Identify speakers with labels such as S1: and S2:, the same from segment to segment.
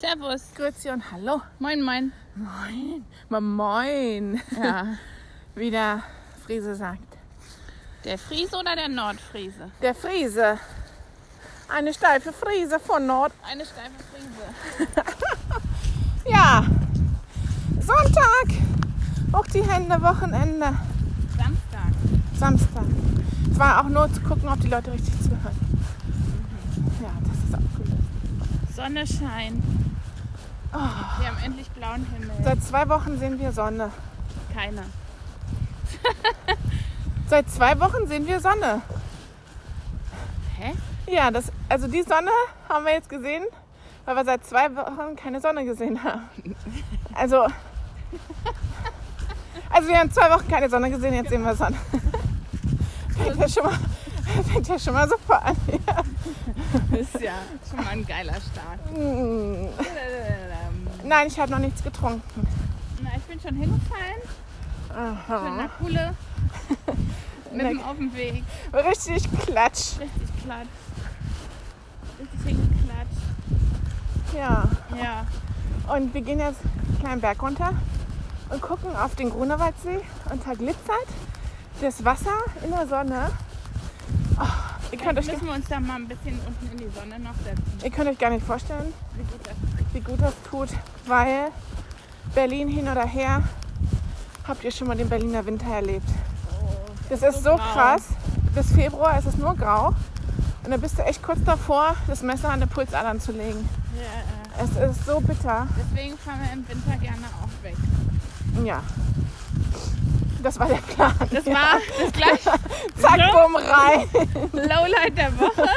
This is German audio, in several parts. S1: Servus.
S2: Grüezi und hallo.
S1: Moin, moin.
S2: Moin. Ma moin.
S1: Ja.
S2: Wie der Friese sagt.
S1: Der Friese oder der Nordfriese?
S2: Der Friese. Eine steife Friese von Nord.
S1: Eine steife Friese.
S2: Ja. Sonntag. Hoch die Hände, Wochenende.
S1: Samstag.
S2: Samstag. Es war auch nur zu gucken, ob die Leute richtig zuhören. Ja, das ist auch gut.
S1: Sonne scheint. Wir haben endlich blauen Himmel.
S2: Seit zwei Wochen sehen wir Sonne.
S1: Keine.
S2: Seit zwei Wochen sehen wir Sonne.
S1: Hä?
S2: Ja, das, also die Sonne haben wir jetzt gesehen, weil wir seit zwei Wochen keine Sonne gesehen haben. Also, also wir haben zwei Wochen keine Sonne gesehen, jetzt sehen wir Sonne. Fängt ja schon mal, fängt ja schon mal super an.
S1: Ist ja schon mal ein geiler Start.
S2: Mm.
S1: Na,
S2: Nein, ich habe noch nichts getrunken.
S1: ich bin schon hingefallen. Bin
S2: Aha.
S1: nach Kuhle. Mit dem auf dem Weg.
S2: Richtig klatsch.
S1: Richtig klatsch. Richtig hingeklatscht.
S2: Ja.
S1: Ja.
S2: Und wir gehen jetzt einen kleinen Berg runter und gucken auf den Grunewaldsee und da glitzert das Wasser in der Sonne. Oh, ihr, könnt euch,
S1: Vielleicht müssen wir uns da mal ein bisschen unten in die Sonne noch setzen.
S2: ihr könnt euch gar nicht vorstellen,
S1: Wie gut das
S2: wie gut das tut, weil Berlin hin oder her, habt ihr schon mal den Berliner Winter erlebt. Das ist
S1: so
S2: so
S1: grau.
S2: krass. Bis Februar ist es nur grau. Und dann bist du echt kurz davor, das Messer an den Pulsadern zu legen.
S1: Ja, äh,
S2: Es ist so bitter.
S1: deswegen fahren wir im Winter gerne auch weg.
S2: Ja. Das war der Plan.
S1: Das war das gleiche
S2: Zack,
S1: Hallo?
S2: bumm, rein.
S1: Lowlight der Woche.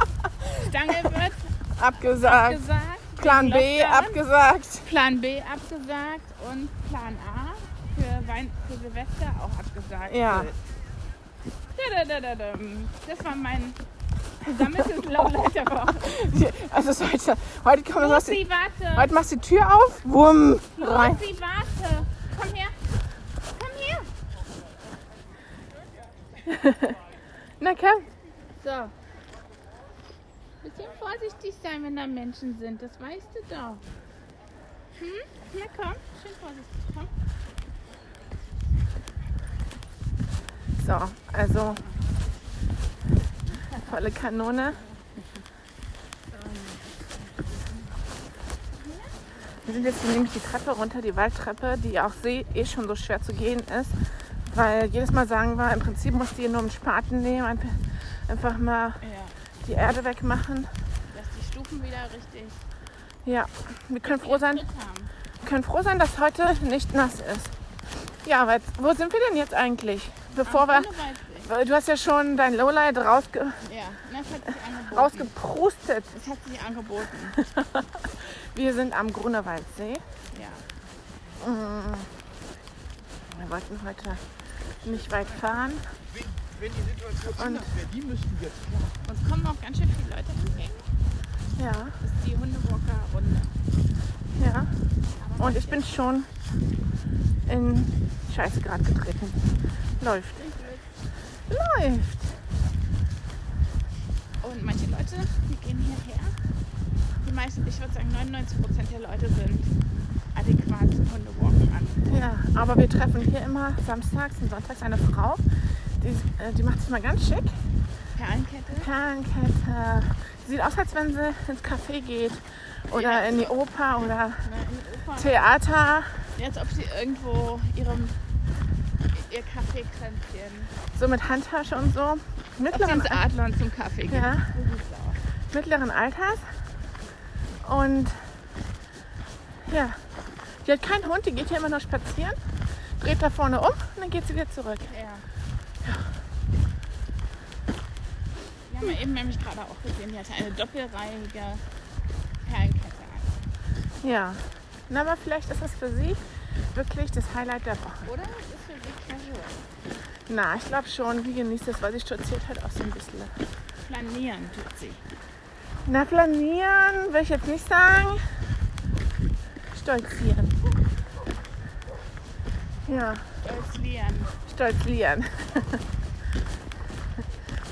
S1: Stange wird
S2: Abgesagt.
S1: abgesagt,
S2: Plan B
S1: Lockdown.
S2: abgesagt.
S1: Plan B abgesagt und Plan A für, Wein für Silvester auch abgesagt.
S2: Ja.
S1: wird. Dadadadadam. Das war mein gesammeltes Lowlight der Woche.
S2: Also es ist heute, heute, kann man was,
S1: Lucy, warte.
S2: heute machst du die Tür auf, wumm, rein.
S1: Lucy, warte. Komm her. Komm her.
S2: Na komm.
S1: So. Bisschen vorsichtig sein, wenn da Menschen sind, das weißt du doch. Hm? Na komm, schön vorsichtig, komm.
S2: So, also volle Kanone. Wir sind jetzt nämlich die Treppe runter, die Waldtreppe, die auch See eh schon so schwer zu gehen ist, weil jedes Mal sagen wir, im Prinzip musst du hier nur einen Spaten nehmen, einfach- einfach mal
S1: Ja,
S2: die Erde wegmachen.
S1: dass die Stufen wieder richtig
S2: Ja, wir können froh sein,
S1: Schritt haben.
S2: wir können froh sein, dass heute nicht nass ist. Ja, aber jetzt, wo sind wir denn jetzt eigentlich? Bevor wir,
S1: Vorwärts.
S2: weil du hast ja schon dein Lowlight rausge,
S1: Ja, das hat sich angeboten.
S2: rausgeprustet.
S1: das hat sich angeboten.
S2: Wir sind am Grunewaldsee.
S1: Ja.
S2: Wir wollten heute nicht weit fahren.
S3: Wenn die Situation nach Berlin müssten jetzt
S1: Uns kommen auch ganz schön viele Leute entgegen.
S2: Ja,
S1: Das ist die Hundewalker-Runde.
S2: ja. Und ich bin schon in Scheißegrad getreten. Läuft. Läuft.
S1: Und manche Leute, die gehen hierher. Die meisten, ich würde sagen, 99% der Leute sind adäquat zum Hundewalken an.
S2: Ja, aber wir treffen hier immer samstags und sonntags eine Frau, die, äh, die macht sich mal ganz schick.
S1: Perlenkette.
S2: Perlenkette. Sieht aus, als wenn sie ins Café geht oder in die Oper oder
S1: Ne, in Opa.
S2: Theater.
S1: Jetzt, ob sie irgendwo ihrem, ihr Kaffeekränzchen.
S2: So mit Handtasche und so.
S1: Ob sie
S2: Mittleren,
S1: ins Adlon zum Kaffee geht.
S2: ja,
S1: So sieht's aus.
S2: mittleren Alters. Und ja, die hat keinen Hund, die geht hier immer nur spazieren, dreht da vorne um und dann geht sie wieder zurück.
S1: Ja. Wir haben ja eben nämlich gerade auch gesehen, die hatte eine doppelreihige Perlenkette an.
S2: Ja. Na, aber vielleicht ist das für sie wirklich das Highlight der Woche.
S1: Oder? Das ist für sie casual.
S2: Na, ich glaube schon, die genießt das, weil sie stolziert halt auch so ein bisschen.
S1: Planieren tut sie.
S2: Na, planieren will ich jetzt nicht sagen. Stolzieren. Ja,
S1: Stolzieren.
S2: stolzieren.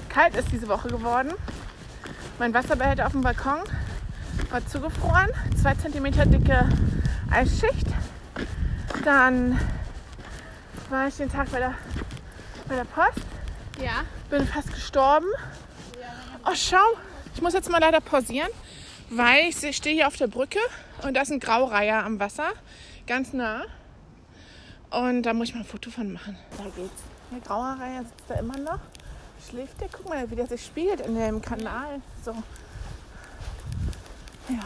S2: Kalt ist diese Woche geworden. Mein Wasserbehälter auf dem Balkon war zugefroren, 2 cm dicke Eisschicht. Dann war ich den Tag bei der, bei der Post,
S1: Ja.
S2: bin fast gestorben. Oh, schau, ich muss jetzt mal leider pausieren, weil ich se- stehe hier auf der Brücke und da ist ein Graureiher am Wasser, ganz nah. Und da muss ich mal ein Foto von machen. Da geht's. Der Graureiher sitzt da immer noch. Schläft der? Guck mal, wie der sich spiegelt in dem Kanal. So. Ja,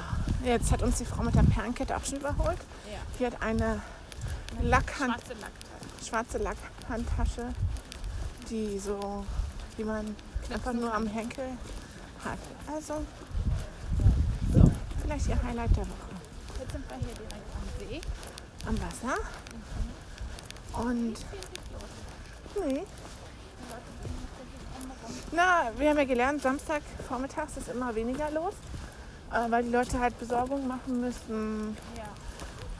S2: jetzt hat uns die Frau mit der Perlenkette auch schon überholt.
S1: Ja.
S2: Die hat eine Lackhand
S1: Schwarze Lacktasche.
S2: schwarze Lackhandtasche, die so, die man einfach nur am Henkel hat. Also, so, vielleicht ihr Highlight der Woche
S1: Jetzt sind wir hier direkt am See.
S2: am Wasser. Und. Nee. Na, wir haben ja gelernt, Samstag vormittags ist immer weniger los, äh, weil die Leute halt Besorgung machen müssen,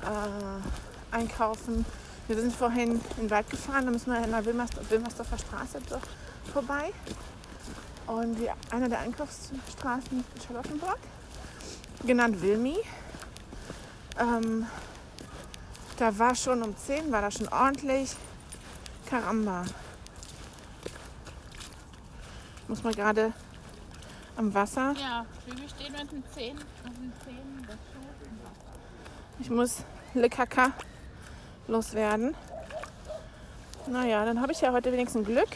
S2: äh, einkaufen. Wir sind vorhin in den Wald gefahren, da müssen wir in der Wilmersdor- Wilmersdorfer Straße so vorbei. Und die, eine der Einkaufsstraßen in Charlottenburg, genannt Wilmi. Ähm, da war schon um 10, war da schon ordentlich. Karamba. Muss man gerade am Wasser.
S1: Ja, Flügel stehen mit den Zähnen, mit den Zähnen der Schuhe.
S2: Ich muss Le Kaka loswerden. Naja, dann habe ich ja heute wenigstens Glück.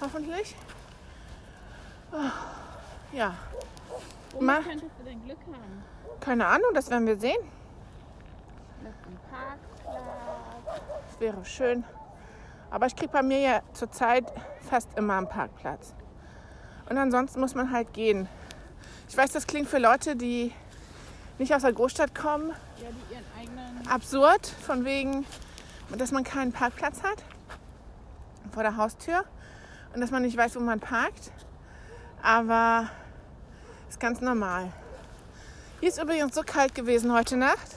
S2: Hoffentlich. Oh, ja,
S1: Womit
S2: Ma-
S1: könntest du denn Glück haben?
S2: keine Ahnung, das werden wir sehen.
S1: Mit dem Parkplatz.
S2: Das wäre schön. Aber ich kriege bei mir ja zurzeit fast immer einen Parkplatz. Und ansonsten muss man halt gehen. Ich weiß, das klingt für Leute, die nicht aus der Großstadt kommen,
S1: Ja, die ihren eigenen.
S2: absurd, von wegen, dass man keinen Parkplatz hat vor der Haustür und dass man nicht weiß, wo man parkt. Aber ist ganz normal. Hier ist übrigens so kalt gewesen heute Nacht,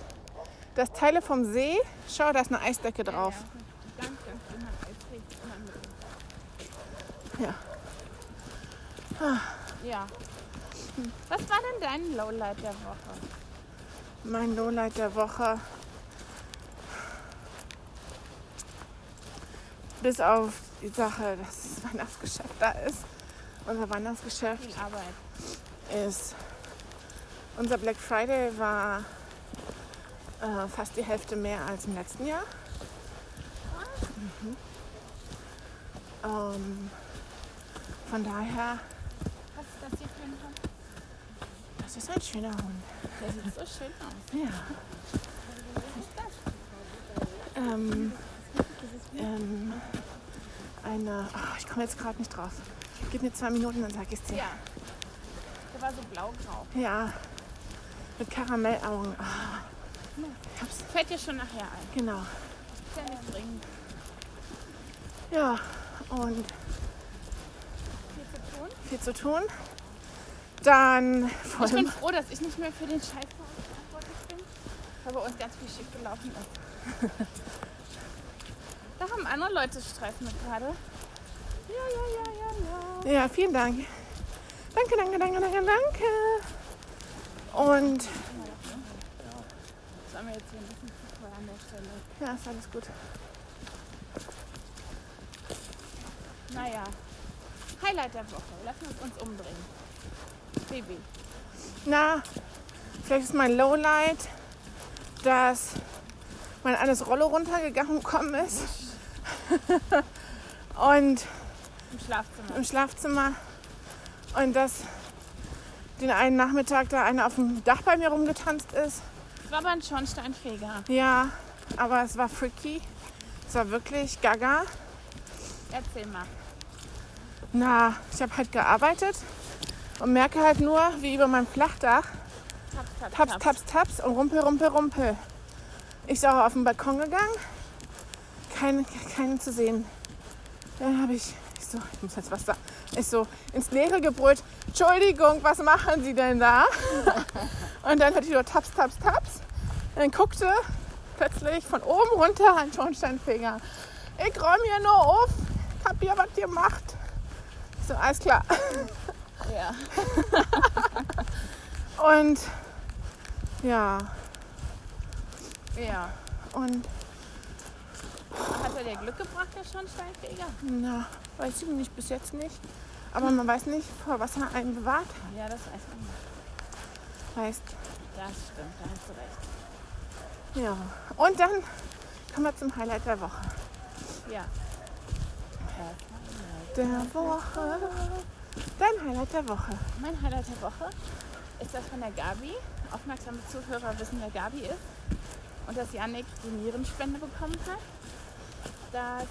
S2: dass Teile vom See, schau, da ist eine Eisdecke drauf.
S1: Ja, ganz, ganz immer. Es riecht immer mit.
S2: Ja.
S1: Ja. Hm. Was war denn dein Lowlight der Woche?
S2: Mein Lowlight der Woche. Bis auf die Sache, dass das Weihnachtsgeschäft da ist. Unser Weihnachtsgeschäft
S1: Viel Arbeit.
S2: ist, unser Black Friday war äh, fast die Hälfte mehr als im letzten Jahr. Mhm. Ähm, von daher,
S1: Was ist das hier für ein Hund?
S2: das ist ein schöner Hund.
S1: Der sieht so schön aus.
S2: Ja.
S1: Was ist das?
S2: Ähm, ähm, eine, ah, ich komme jetzt gerade nicht drauf. Gib mir zwei Minuten, dann sag ich es dir.
S1: Ja. Der war so blau-grau.
S2: Ja. Mit Karamellaugen. Ah, ich hab's.
S1: Fällt dir schon nachher ein.
S2: Genau.
S1: Ist ja nicht dringend.
S2: Ja, und
S1: Viel zu tun.
S2: viel zu tun. Dann vor
S1: Ich bin
S2: allem,
S1: froh, dass ich nicht mehr für den Scheiß verantwortlich bin, weil bei uns ganz viel schief gelaufen ist. da haben andere Leute Stress mit gerade. Ja, ja, ja, ja, ja.
S2: ja, vielen Dank. Danke, danke, danke, danke, danke. Und
S1: Das war mir jetzt hier ein bisschen zu voll an der Stelle.
S2: ja, ist alles gut.
S1: Naja, Highlight der Woche. Lassen wir uns umdrehen. Baby.
S2: Na, vielleicht ist mein Lowlight, dass mein alles Rollo runtergekommen ist. und
S1: Im Schlafzimmer.
S2: im Schlafzimmer. Und dass den einen Nachmittag da einer auf dem Dach bei mir rumgetanzt ist.
S1: Es war aber ein Schornsteinfeger.
S2: Ja, aber es war freaky. Es war wirklich gaga.
S1: Erzähl mal.
S2: Na, ich habe halt gearbeitet und merke halt nur, wie über meinem Flachdach,
S1: Taps, taps,
S2: taps, taps, taps und rumpel, rumpel, rumpel. Ich bin auch auf den Balkon gegangen, keinen, keinen zu sehen. Dann habe ich, ich so, ich muss jetzt was sagen, ich so ins Leere gebrüllt, Entschuldigung, was machen Sie denn da? und dann hörte ich nur taps, taps, taps. Und dann guckte plötzlich von oben runter ein Schornsteinfeger. Ich räume hier nur auf, ich hab hier was gemacht. Ich So, alles klar.
S1: Ja.
S2: Und ja. Ja. Und
S1: Hat er dir Glück gebracht, der Schornsteinfeger?
S2: na, weiß ich nicht, bis jetzt nicht. Aber man weiß nicht, vor was er einen bewahrt
S1: Ja, das weiß man nicht.
S2: heißt.
S1: Das stimmt, da hast du recht.
S2: Ja. Und dann kommen wir zum Highlight der Woche.
S1: Ja. Äh,
S2: Der Woche. Dein Highlight der Woche.
S1: Mein Highlight der Woche ist das von der Gabi. Aufmerksame Zuhörer wissen, wer Gabi ist. Und dass Yannick die Nierenspende bekommen hat. Dass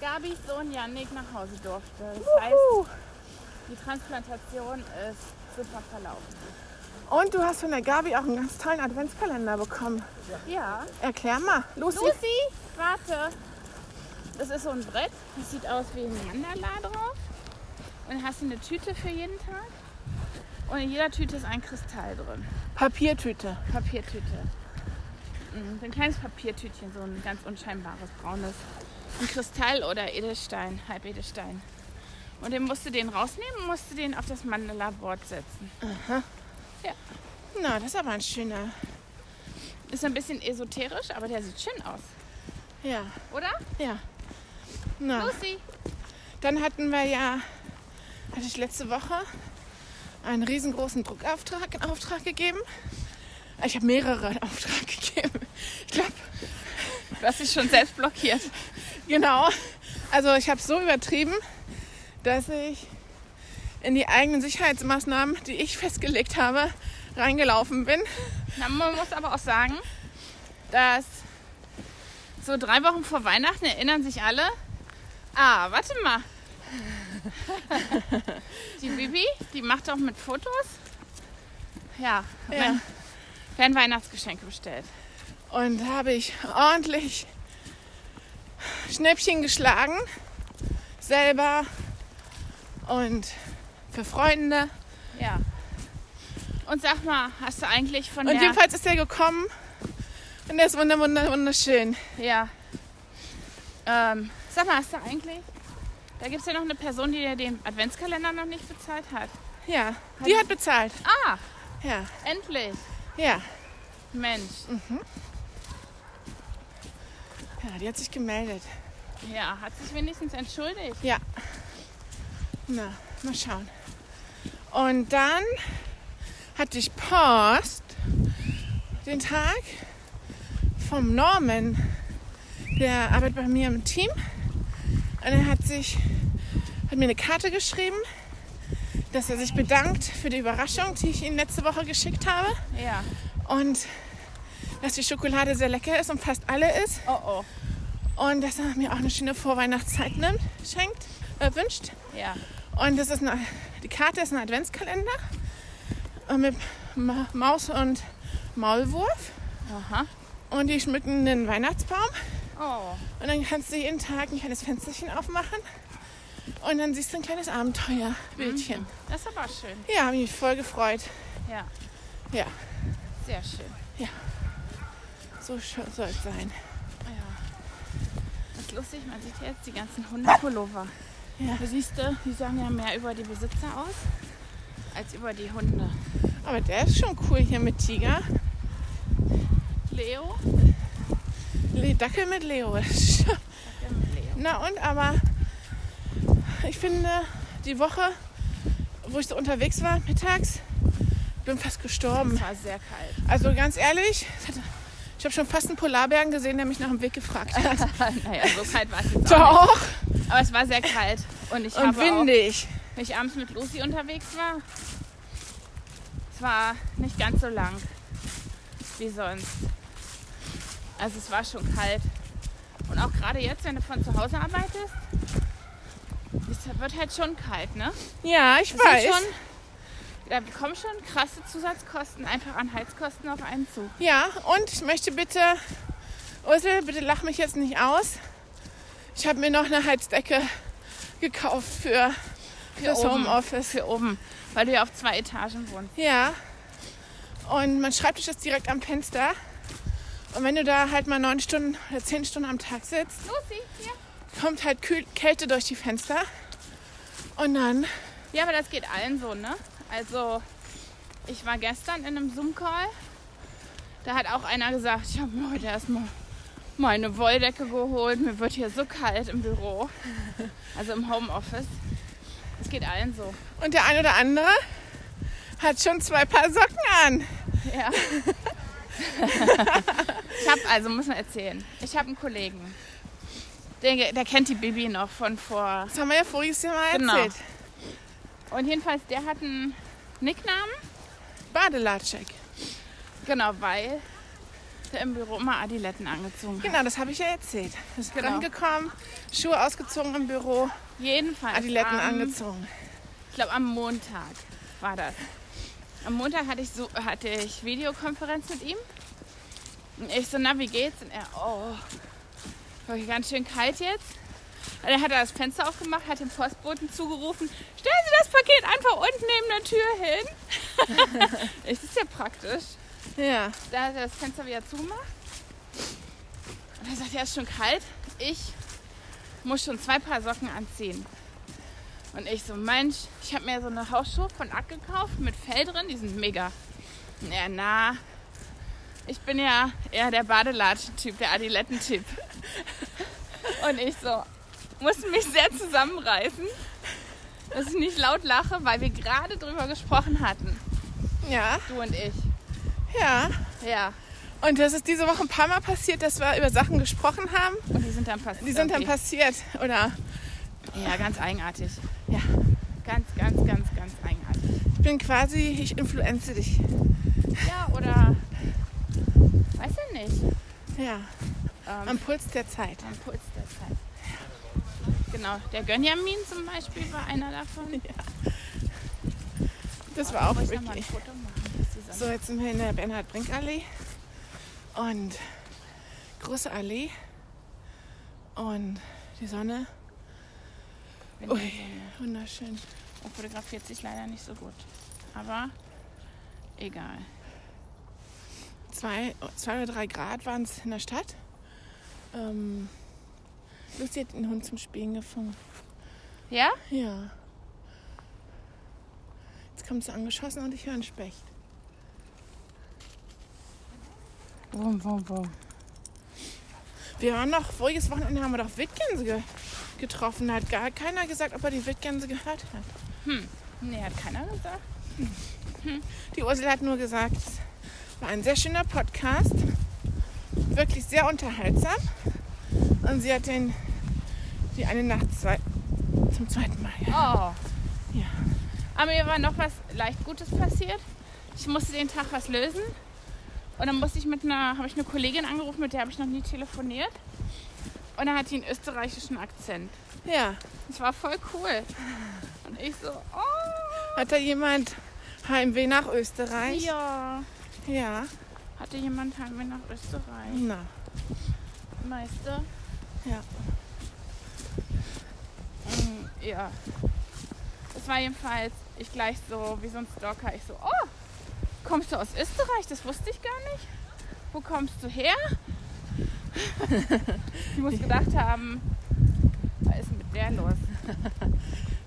S1: Gabis Sohn Yannick nach Hause durfte. Das heißt,
S2: Juhu.
S1: die Transplantation ist super verlaufen.
S2: Und du hast von der Gabi auch einen ganz tollen Adventskalender bekommen.
S1: Ja.
S2: Erklär mal. Lucy.
S1: Lucy, warte. Das ist so ein Brett. Das sieht aus wie ein Mandala drauf. Und hast du eine Tüte für jeden Tag. Und in jeder Tüte ist ein Kristall drin.
S2: Papiertüte.
S1: Papiertüte. Mhm, So ein kleines Papiertütchen, so ein ganz unscheinbares braunes. Ein Kristall oder Edelstein, Halbedelstein. Und den musst du den rausnehmen und musst du den auf das Mandala-Board setzen.
S2: Na, das ist aber ein schöner.
S1: Ist ein bisschen esoterisch, aber der sieht schön aus,
S2: Ja.
S1: oder?
S2: Ja. Na.
S1: Lucy!
S2: Dann hatten wir ja, hatte ich letzte Woche einen riesengroßen Druckauftrag in Auftrag gegeben. Ich habe mehrere in Auftrag gegeben. Ich glaube,
S1: Du hast dich schon selbst blockiert.
S2: genau. Also ich habe es so übertrieben, dass ich in die eigenen Sicherheitsmaßnahmen, die ich festgelegt habe, reingelaufen bin.
S1: Na, man muss aber auch sagen, dass so drei Wochen vor Weihnachten erinnern sich alle, ah, warte mal. die Bibi, die macht doch mit Fotos. Ja,
S2: Ja.
S1: Werden, werden Weihnachtsgeschenke bestellt.
S2: Und da habe ich ordentlich Schnäppchen geschlagen. Selber und für Freunde.
S1: Ja. Und sag mal, hast du eigentlich von
S2: Und
S1: der...
S2: jedenfalls ist er gekommen und der ist wunder, wunder, wunderschön.
S1: Ja. Ähm, sag mal, hast du eigentlich... Da gibt es ja noch eine Person, die dir den Adventskalender noch nicht bezahlt hat.
S2: Ja, die hat bezahlt.
S1: Ah,
S2: Ja,
S1: endlich.
S2: ja.
S1: Mensch.
S2: Ja, die hat sich gemeldet.
S1: Ja, hat sich wenigstens entschuldigt.
S2: Na, mal schauen. Und dann hatte ich Post den Tag vom Norman. Der arbeitet bei mir im Team. Und er hat sich, hat mir eine Karte geschrieben, dass er sich bedankt für die Überraschung, die ich ihm letzte Woche geschickt habe.
S1: Ja.
S2: und dass die Schokolade sehr lecker ist und fast alle ist
S1: Oh oh.
S2: und dass er mir auch eine schöne Vorweihnachtszeit nimmt, schenkt, äh, wünscht.
S1: Ja.
S2: Und das ist eine, die Karte ist ein Adventskalender äh, mit Ma Maus und Maulwurf
S1: Aha.
S2: und die schmücken den Weihnachtsbaum
S1: Oh.
S2: und dann kannst du jeden Tag ein kleines Fensterchen aufmachen und dann siehst du ein kleines Abenteuerbildchen.
S1: Das ist aber schön.
S2: Ja, hab ich mich voll gefreut.
S1: Ja.
S2: Ja.
S1: Sehr schön.
S2: So soll es sein.
S1: Ja. Das ist lustig, man sieht jetzt die ganzen Hundepullover.
S2: Ja.
S1: Du siehst, du, die sagen ja mehr über die Besitzer aus als über die Hunde.
S2: Aber der ist schon cool hier mit Tiger.
S1: Leo?
S2: Le Dackel mit Leo.
S1: Ja, mit Genau, Leo.
S2: Na und, aber ich finde, die Woche, wo ich so unterwegs war, mittags, bin fast
S1: Es
S2: gestorben.
S1: war sehr kalt.
S2: Also ganz ehrlich, es hat- ich habe schon fast einen Polarbären gesehen, der mich nach dem Weg gefragt hat.
S1: naja, so kalt war es jetzt auch nicht.
S2: Doch,
S1: Aber es war sehr kalt. Und ich
S2: und
S1: habe auch,
S2: windig.
S1: wenn ich abends mit Lucy unterwegs war, es war nicht ganz so lang wie sonst. Also es war schon kalt. Und auch gerade jetzt, wenn du von zu Hause arbeitest, es wird halt schon kalt, ne?
S2: Ja, ich
S1: Das
S2: weiß.
S1: Sind schon, da kommen schon krasse Zusatzkosten einfach an Heizkosten auf einen zu.
S2: Ja, und ich möchte bitte, Ursel, bitte lach mich jetzt nicht aus. Ich habe mir noch eine Heizdecke gekauft für, das
S1: oben.
S2: Homeoffice.
S1: Für oben, weil du ja auf zwei Etagen wohnst.
S2: Ja. Und mein Schreibtisch ist direkt am Fenster. Und wenn du da halt mal neun Stunden oder zehn Stunden am Tag sitzt,
S1: Lucy, hier.
S2: kommt halt Kühl Kälte durch die Fenster. Und dann,
S1: Ja, aber das geht allen so, ne? Also Ich war gestern in einem Zoom-Call. Da hat auch einer gesagt, ich habe mir heute erstmal meine Wolldecke geholt. Mir wird hier so kalt im Büro. Also im Homeoffice. Es geht allen so.
S2: Und der ein oder andere hat schon zwei Paar Socken an.
S1: Ja. ich habe, also muss man erzählen, ich habe einen Kollegen. Der, der kennt die Bibi noch von vor.
S2: Das haben wir ja voriges Jahr mal
S1: Genau.
S2: erzählt.
S1: Und jedenfalls, der hat einen Nicknamen.
S2: Badelatschek.
S1: Genau, weil der im Büro immer Adiletten angezogen hat.
S2: Genau, das habe ich ja erzählt. Ist
S1: Genau.
S2: rangekommen, Schuhe ausgezogen im Büro,
S1: Jedenfalls.
S2: Adiletten
S1: am-
S2: angezogen.
S1: Ich glaube, am Montag war das. Am Montag hatte ich, so, hatte ich Videokonferenz mit ihm. Und ich so, na, wie geht's? Und er, oh, war hier ganz schön kalt jetzt. Und dann hat er das Fenster aufgemacht, hat dem Postboten zugerufen, stellen Sie das Paket einfach unten neben der Tür hin. ich, das ist ja praktisch.
S2: Ja.
S1: Da hat er das Fenster wieder zugemacht. Und er sagt, ja, ist schon kalt. Ich muss schon zwei Paar Socken anziehen. Und ich so, Mensch, ich habe mir so eine Hausschuhe von Ack gekauft mit Fell drin, die sind mega. Und er, na, ich bin ja eher der Badelatschen-Typ, der Adiletten-Typ. Und ich so, musste mich sehr zusammenreißen, dass ich nicht laut lache, weil wir gerade drüber gesprochen hatten,
S2: Ja,
S1: du und ich.
S2: ja.
S1: Ja,
S2: Und das ist diese Woche ein paar Mal passiert, dass wir über Sachen gesprochen haben.
S1: und die sind dann passiert.
S2: Die sind dann passiert. Oder
S1: Ja, ganz eigenartig. Ja, ganz, ganz, ganz, ganz eigenartig.
S2: ich bin quasi, ich influenze dich.
S1: Ja, oder weiß ich nicht.
S2: Ja.
S1: Ähm,
S2: Am Puls der Zeit.
S1: am Puls der Zeit. Genau, der Gönjamin zum Beispiel war einer davon.
S2: Das war auch
S1: Muss ich noch mal ein
S2: wirklich.
S1: Foto machen, dass die Sonne-
S2: So, jetzt sind wir in der Bernhard-Brink-Allee. Und große Allee. Und die Sonne.
S1: wenn die
S2: Ui,
S1: Sonne-
S2: wunderschön.
S1: Und fotografiert sich leider nicht so gut. Aber egal.
S2: Zwei, zwei oder drei Grad waren es in der Stadt. Ähm, Lucy hat den Hund zum Spielen gefangen.
S1: Ja?
S2: Ja. Jetzt kommt sie angeschossen und ich höre einen Specht.
S1: Wum, wum, wum.
S2: Wir waren noch, voriges Wochenende haben wir doch Wildgänse ge getroffen. Da hat gar keiner gesagt, ob er die Wildgänse gehört hat.
S1: Nee, hat keiner gesagt.
S2: Die Ursula hat nur gesagt, es war ein sehr schöner Podcast. Wirklich sehr unterhaltsam. Und sie hat den, die eine Nacht zwei, zum zweiten Mal.
S1: Oh.
S2: Ja. Ja.
S1: Aber mir war noch was leicht Gutes passiert. Ich musste den Tag was lösen. Und dann musste ich mit einer, habe ich eine Kollegin angerufen, mit der habe ich noch nie telefoniert. Und dann hat die einen österreichischen Akzent.
S2: ja.
S1: Das war voll cool. Und ich so, oh,
S2: Hat da jemand Heimweh nach Österreich?
S1: ja.
S2: Ja.
S1: Hatte jemand Heimweh nach Österreich?
S2: Na.
S1: Meister?
S2: Ja.
S1: Mm, ja. Das war jedenfalls, ich gleich so, wie so ein Stalker, ich so, oh, kommst du aus Österreich? Das wusste ich gar nicht. Wo kommst du her? ich muss gedacht haben, was ist denn mit der los?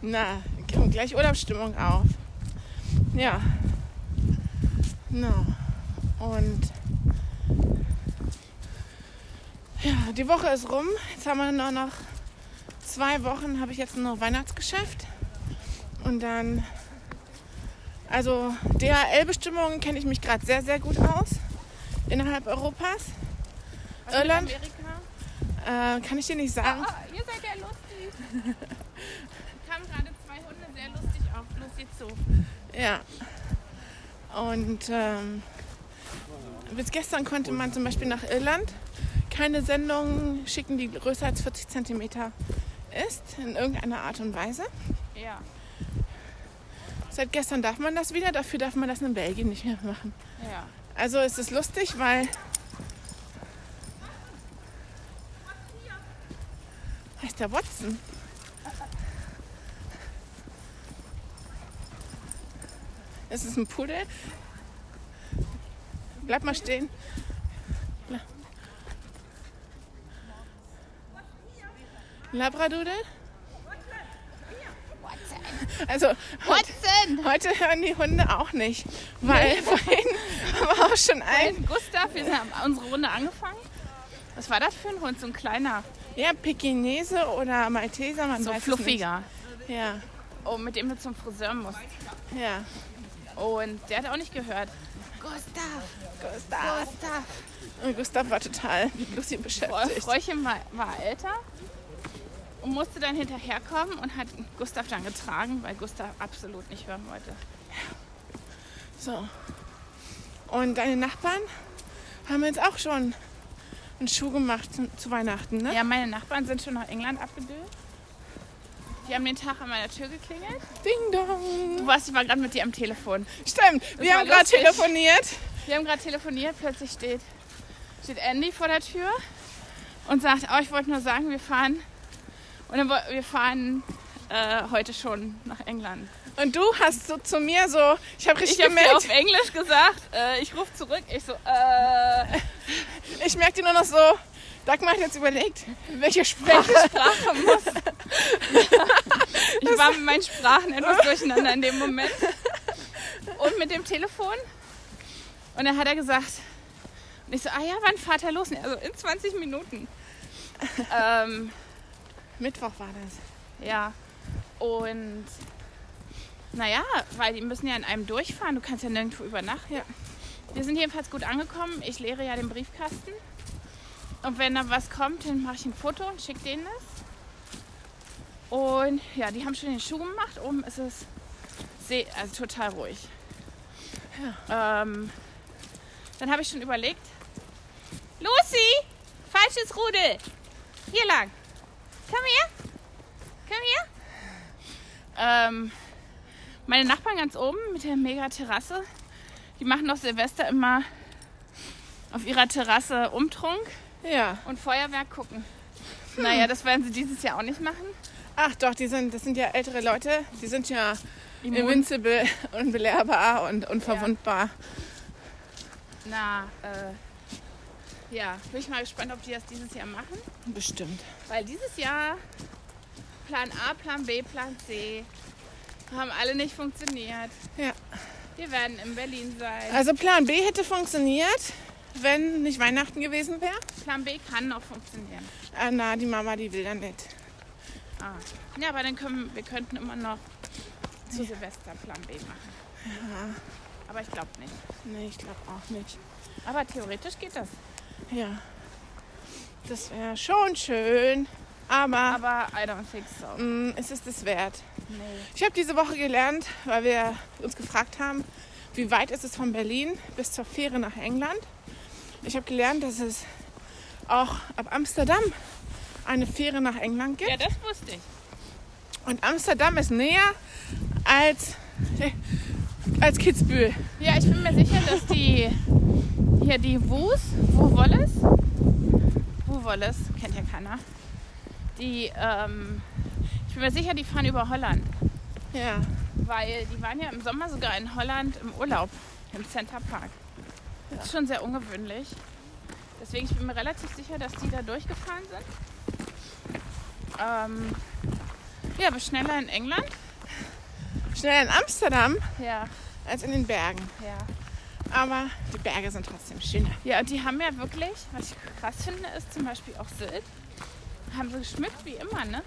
S2: Na, kommt gleich Urlaubsstimmung auf. Ja. Na. Und ja, die Woche ist rum. Jetzt haben wir nur noch zwei Wochen, habe ich jetzt nur noch Weihnachtsgeschäft. Und dann, also DHL-Bestimmungen kenne ich mich gerade sehr, sehr gut aus. Innerhalb Europas.
S1: Was mit
S2: Irland?
S1: Amerika?
S2: Äh, kann ich dir nicht
S1: Ah,
S2: sagen.
S1: ah, ihr seid ja lustig. Kamen gerade zwei Hunde sehr lustig auf. Los geht's so.
S2: Ja. Und ähm, bis gestern konnte man zum Beispiel nach Irland keine Sendung schicken, die größer als 40 cm ist, in irgendeiner Art und Weise.
S1: Ja.
S2: Seit gestern darf man das wieder, dafür darf man das in Belgien nicht mehr machen.
S1: Ja.
S2: Also es ist lustig, weil... Heißt der Watson? Ist es ein Pudel? Bleib mal stehen. La- Labradudel? Also
S1: Watson!
S2: heute hören die Hunde auch nicht, weil vorhin war auch schon ein
S1: Ein Gustav, wir haben unsere Runde angefangen. Was war das für ein Hund? So ein kleiner,
S2: ja, Pekinese oder Malteser, man
S1: so
S2: weiß
S1: fluffiger.
S2: Es nicht. Ja,
S1: Oh, mit dem wir zum Friseur mussten. Oh,
S2: ja.
S1: Und der hat auch nicht gehört. Gustav,
S2: Gustav.
S1: Gustav.
S2: Und Gustav war total mit Lucy beschäftigt.
S1: Fräuchen war, war älter und musste dann hinterherkommen und hat Gustav dann getragen, weil Gustav absolut nicht hören wollte.
S2: So. Und deine Nachbarn haben jetzt auch schon einen Schuh gemacht zu, zu Weihnachten, ne?
S1: Ja, meine Nachbarn sind schon nach England abgedüst. Die haben den Tag an meiner Tür geklingelt.
S2: Ding dong.
S1: Du warst, ich war gerade mit dir am Telefon.
S2: Stimmt, wir
S1: war
S2: haben gerade
S1: lustig.
S2: telefoniert.
S1: Wir haben gerade telefoniert, plötzlich steht, steht Andy vor der Tür und sagt, oh, ich wollte nur sagen, wir fahren, und dann, woll- wir fahren äh, heute schon nach England.
S2: Und du hast so zu mir so, ich habe richtig
S1: Ich habe dir
S2: gemerkt,
S1: auf Englisch gesagt, äh, ich rufe zurück. Ich so, äh,
S2: ich merkte nur noch so, Dagmar hat jetzt überlegt, welche Sprache.
S1: Sprache muss. ich war mit meinen Sprachen etwas durcheinander in dem Moment. Und mit dem Telefon. Und dann hat er gesagt, und ich so, ah ja, wann fahrt er los? Und er so, in 20 Minuten. ähm,
S2: Mittwoch war das.
S1: ja. Und naja, weil die müssen ja in einem durchfahren. Du kannst ja nirgendwo übernachten.
S2: Ja.
S1: Wir sind jedenfalls gut angekommen. Ich leere ja den Briefkasten. Und wenn da was kommt, dann mache ich ein Foto und schicke denen das. Und ja, die haben schon den Schuh gemacht. Oben ist es se- also total ruhig. Ähm, dann habe ich schon überlegt, Lucy, falsches Rudel. Hier lang. Komm her. Komm her. Ähm, meine Nachbarn ganz oben mit der Mega-Terrasse, die machen doch Silvester immer auf ihrer Terrasse Umtrunk
S2: Ja.
S1: und Feuerwerk gucken. Naja, das werden sie dieses Jahr auch nicht machen.
S2: Ach doch, die sind, das sind ja ältere Leute, die sind ja
S1: Immun-
S2: invincible, unbelehrbar und unverwundbar.
S1: Na, äh, ja, bin ich mal gespannt, ob die das dieses Jahr machen.
S2: Bestimmt.
S1: Weil dieses Jahr Plan A, Plan B, Plan C haben alle nicht funktioniert.
S2: Ja.
S1: Wir werden in Berlin sein.
S2: Also Plan B hätte funktioniert, wenn nicht Weihnachten gewesen wäre.
S1: Plan B kann noch funktionieren.
S2: Ah, na, die Mama, die will dann nicht.
S1: Ah. Ja, aber dann können wir könnten immer noch zu Silvester Plan B machen. Aber ich glaube nicht.
S2: Nee, ich glaube auch nicht.
S1: Aber theoretisch geht das.
S2: Ja. Das wäre schon schön, aber
S1: Aber I don't think so.
S2: mh, es ist es wert.
S1: Nee.
S2: Ich habe diese Woche gelernt, weil wir uns gefragt haben, wie weit ist es von Berlin bis zur Fähre nach England. Ich habe gelernt, dass es auch ab Amsterdam eine Fähre nach England gibt.
S1: Ja, das wusste ich.
S2: Und Amsterdam ist näher als, äh, als Kitzbühel.
S1: Ja, ich bin mir sicher, dass die hier die Wus, Wu Wallace, Wu Wallace, kennt ja keiner. Die, ähm, ich bin mir sicher, die fahren über Holland,
S2: Ja.
S1: weil die waren ja im Sommer sogar in Holland im Urlaub im Center Park. Das ist schon sehr ungewöhnlich. Deswegen ich bin mir relativ sicher, dass die da durchgefahren sind. Ähm, ja, aber schneller in England.
S2: Schneller in Amsterdam
S1: Ja,
S2: als in den Bergen.
S1: ja.
S2: Aber die Berge sind trotzdem schöner.
S1: Ja, und die haben ja wirklich, was ich krass finde, ist zum Beispiel auch Sylt. Haben sie geschmückt wie immer, ne?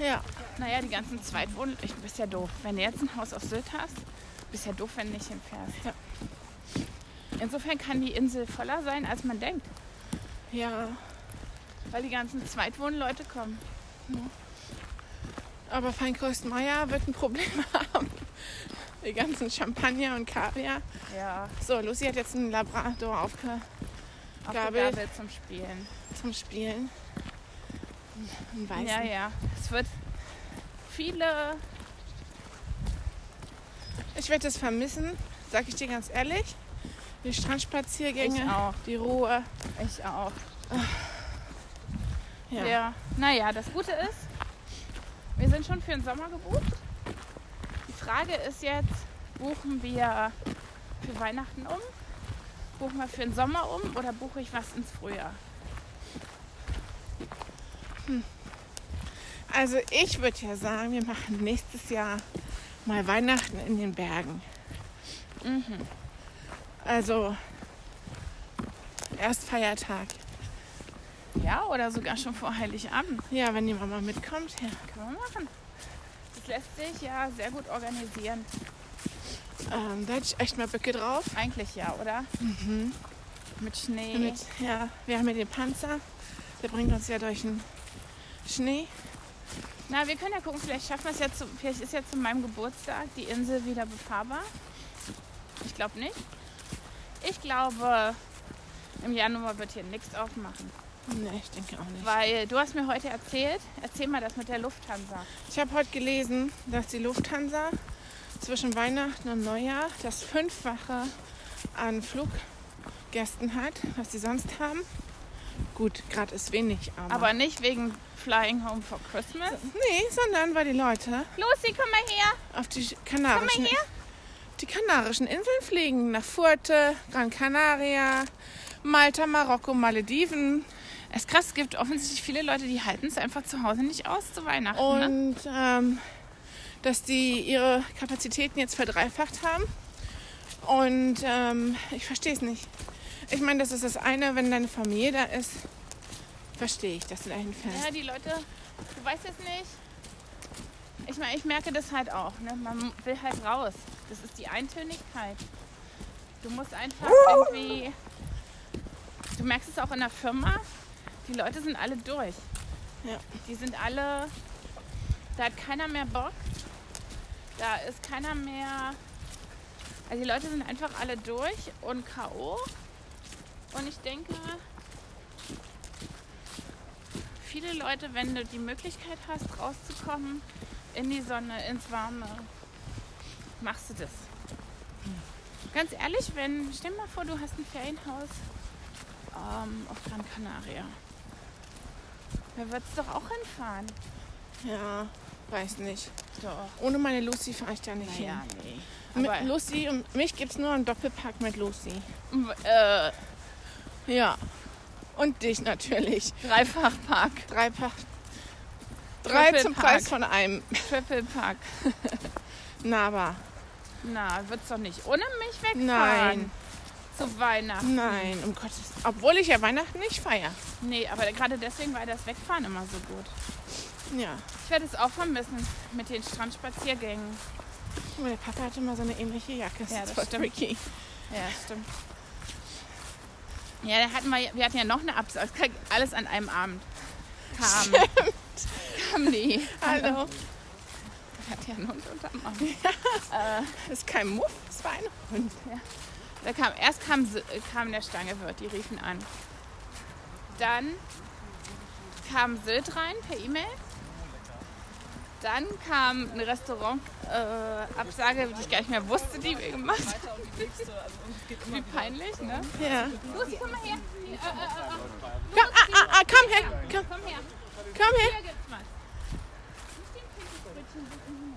S2: Ja.
S1: Naja, die ganzen Zweitwohn... Ich bist ja doof. Wenn du jetzt ein Haus auf Sylt hast, bist ja doof, wenn du nicht hinfährst.
S2: Ja.
S1: Insofern kann die Insel voller sein, als man denkt,
S2: Ja.
S1: weil die ganzen Zweitwohnleute kommen.
S2: Aber Feinkostmeier wird ein Problem haben. Die ganzen Champagner und Kaviar.
S1: Ja,
S2: So, Lucy hat jetzt einen Labrador aufge
S1: auf
S2: Gabel.
S1: Gabel. Gabel zum Spielen.
S2: zum Spielen. Hm, Einen weißen.
S1: Ja, ja. Es wird viele...
S2: Ich werde das vermissen, sag ich dir ganz ehrlich. Die Strandspaziergänge,
S1: Ich auch.
S2: die Ruhe.
S1: Ich auch.
S2: Ja.
S1: Ja. Naja, das Gute ist, wir sind schon für den Sommer gebucht. Die Frage ist jetzt, buchen wir für Weihnachten um? Buchen wir für den Sommer um oder buche ich was ins Frühjahr?
S2: Also ich würde ja sagen, wir machen nächstes Jahr mal Weihnachten in den Bergen.
S1: Mhm.
S2: Also erst Feiertag.
S1: Ja, oder sogar schon vor Heiligabend.
S2: Ja, wenn die Mama mitkommt, ja.
S1: Kann man machen. Das lässt sich ja sehr gut organisieren.
S2: Ähm, da hätte ich echt mal Böcke drauf.
S1: Eigentlich ja, oder? Mhm. Mit Schnee.
S2: Mit, ja, wir haben ja den Panzer. Der bringt uns ja durch den Schnee.
S1: Na, wir können ja gucken, vielleicht schaffen wir es ja zu, vielleicht ist ja zu meinem Geburtstag die Insel wieder befahrbar. Ich glaube nicht. Ich glaube, im Januar wird hier nichts aufmachen.
S2: Nee, ich denke auch nicht.
S1: Weil du hast mir heute erzählt, erzähl mal das mit der Lufthansa.
S2: Ich habe heute gelesen, dass die Lufthansa zwischen Weihnachten und Neujahr das Fünffache an Fluggästen hat, was sie sonst haben. Gut, gerade ist wenig, aber.
S1: Aber nicht wegen Flying Home for Christmas.
S2: nee, sondern weil die Leute
S1: Lucy, komm mal her.
S2: auf die
S1: Komm
S2: kanarischen,
S1: mal her.
S2: die kanarischen Inseln fliegen. Nach Furte, Gran Canaria, Malta, Marokko, Malediven.
S1: Es ist krass, es gibt offensichtlich viele Leute, die halten es einfach zu Hause nicht aus zu Weihnachten. ne?
S2: Und ähm, dass die ihre Kapazitäten jetzt verdreifacht haben. Und ähm, ich verstehe es nicht. Ich meine, das ist das eine, wenn deine Familie da ist, verstehe ich, dass du dahin fährst.
S1: Ja, die Leute, du weißt jetzt nicht. Ich meine, ich merke das halt auch. Ne? Man will halt raus. Das ist die Eintönigkeit. Du musst einfach irgendwie. Du merkst es auch in der Firma. Die Leute sind alle durch.
S2: Ja.
S1: Die sind alle. Da hat keiner mehr Bock. Da ist keiner mehr. Also die Leute sind einfach alle durch und K.O. Und ich denke, viele Leute, wenn du die Möglichkeit hast, rauszukommen in die Sonne, ins Warme, machst du das. Ganz ehrlich, wenn, stell dir mal vor, du hast ein Ferienhaus ähm, auf Gran Canaria. Da würdest du doch auch hinfahren.
S2: Ja, weiß nicht.
S1: Doch.
S2: Ohne meine Lucy fahre ich da nicht
S1: Naja, nee.
S2: hin.
S1: Aber-
S2: Mit Lucy und mich gibt es nur einen Doppelpack mit Lucy.
S1: Äh,
S2: Ja. Und dich natürlich.
S1: Dreifachpark,
S2: Drei, pa drei zum
S1: Doppelpack.
S2: Preis von einem.
S1: Triple Park.
S2: Na, aber
S1: Na, wird's doch nicht ohne mich wegfahren.
S2: nein,
S1: Zu Weihnachten.
S2: nein, um Gottes Obwohl ich ja Weihnachten nicht feiere.
S1: Nee, aber gerade deswegen war das Wegfahren immer so gut.
S2: Ja.
S1: Ich werde es auch vermissen mit den Strandspaziergängen.
S2: Guck mal, der Papa hatte mal so eine ähnliche Jacke.
S1: Ja,
S2: ist
S1: das
S2: voll
S1: stimmt.
S2: tricky.
S1: Ja, stimmt. Ja, da hatten wir, wir hatten ja noch eine Absage. Alles an einem Abend. Kam. Kam die.
S2: Hallo.
S1: Hat ja einen Hund unterm Arm. Äh,
S2: Das ist kein Muff, das war ein Hund.
S1: da kam, erst kam, Sy- äh, kam der Stangewirt, die riefen an. Dann kam Sylt rein per E-Mail. Dann kam eine Restaurant-Absage, die ich gar nicht mehr wusste, die wir gemacht haben. Wie peinlich, ne?
S2: Ja.
S1: Lucy, komm mal her. Äh, äh, äh, äh.
S2: Komm, ah, ah, ah, komm her, komm,
S1: Komm her,
S2: komm her.
S1: hier gibt's was. Nicht den Pinkelbrötchen,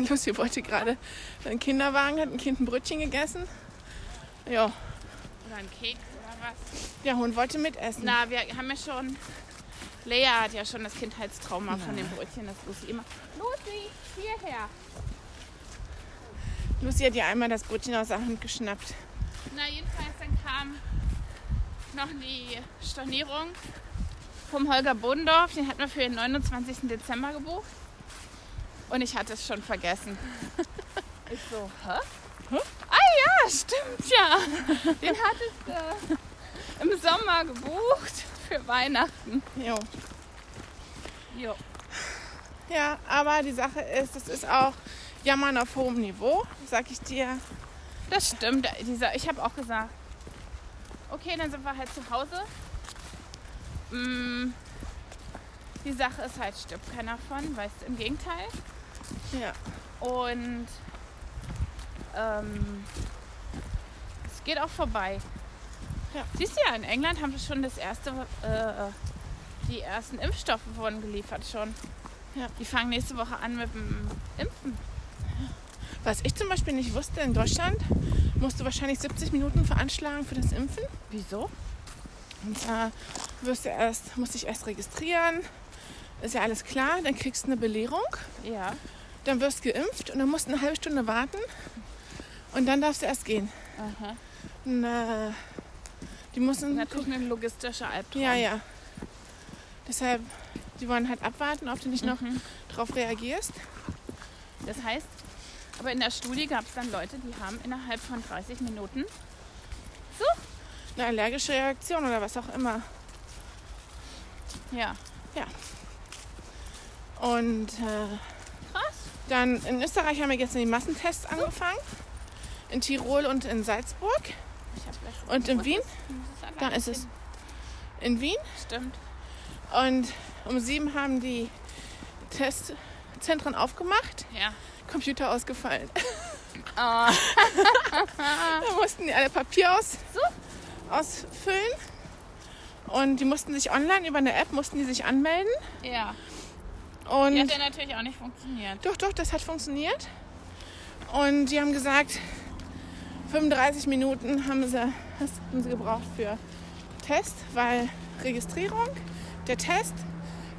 S1: bitte.
S2: Lucy wollte gerade einen Kinderwagen, hat ein Kind ein Brötchen gegessen. Ja,
S1: Oder einen Keks oder was.
S2: der Hund wollte mitessen.
S1: Na, wir haben ja schon. Lea hat ja schon das Kindheitstrauma von dem Brötchen, das Lucy immer. Lucy, hierher.
S2: Lucy hat ihr einmal das Brötchen aus der Hand geschnappt.
S1: Na, jedenfalls, dann kam noch die Stornierung vom Holger Bodendorf. Den hatten wir für den 29. Dezember gebucht. Und ich hatte es schon vergessen. Ich so, hä? Ah ja, stimmt ja. Den hattest du im Sommer gebucht für Weihnachten.
S2: Jo.
S1: Jo.
S2: Ja, aber die Sache ist, das ist auch Jammern auf hohem Niveau, sag ich dir.
S1: Das stimmt. äh, Dieser, ich habe auch gesagt, okay, dann sind wir halt zu Hause. Mm, die Sache ist halt, stirbt keiner von, weißt du, im Gegenteil.
S2: Ja.
S1: Und ähm, es geht auch vorbei.
S2: Ja.
S1: Siehst du ja, in England haben wir schon das erste, äh, die ersten Impfstoffe wurden geliefert schon.
S2: Ja.
S1: Die fangen nächste Woche an mit dem Impfen.
S2: Was ich zum Beispiel nicht wusste, in Deutschland musst du wahrscheinlich 70 Minuten veranschlagen für das Impfen.
S1: Wieso?
S2: Und zwar wirst du erst, musst dich erst registrieren, ist ja alles klar, dann kriegst du eine Belehrung
S1: Ja.
S2: dann wirst du geimpft und dann musst du eine halbe Stunde warten und dann darfst du erst gehen.
S1: Aha.
S2: Und, äh, die mussten
S1: Natürlich ein logistischer Albtraum.
S2: Ja, ja. Deshalb, die wollen halt abwarten, ob du nicht noch
S1: Mhm.
S2: drauf reagierst.
S1: Das heißt, aber in der Studie gab es dann Leute, die haben innerhalb von 30 Minuten,
S2: Eine allergische Reaktion oder was auch immer.
S1: ja,
S2: Und äh,
S1: krass,
S2: dann in Österreich haben wir jetzt die Massentests angefangen. In Tirol und in Salzburg.
S1: Ich hab letztens-
S2: Und in
S1: Wo
S2: Wien?
S1: ist es? Muss es alleine
S2: Da ist es.
S1: finden.
S2: In Wien.
S1: Stimmt.
S2: Und um sieben haben die Testzentren aufgemacht.
S1: Ja.
S2: Computer ausgefallen.
S1: Ah,
S2: Da mussten die alle Papier aus,
S1: So.
S2: ausfüllen. Und die mussten sich online über eine App mussten die sich anmelden.
S1: ja.
S2: Und
S1: Die hat ja natürlich auch nicht funktioniert.
S2: Doch, doch, das hat funktioniert. Und die haben gesagt, 35 Minuten haben sie, das haben sie gebraucht für Test, weil Registrierung, der Test,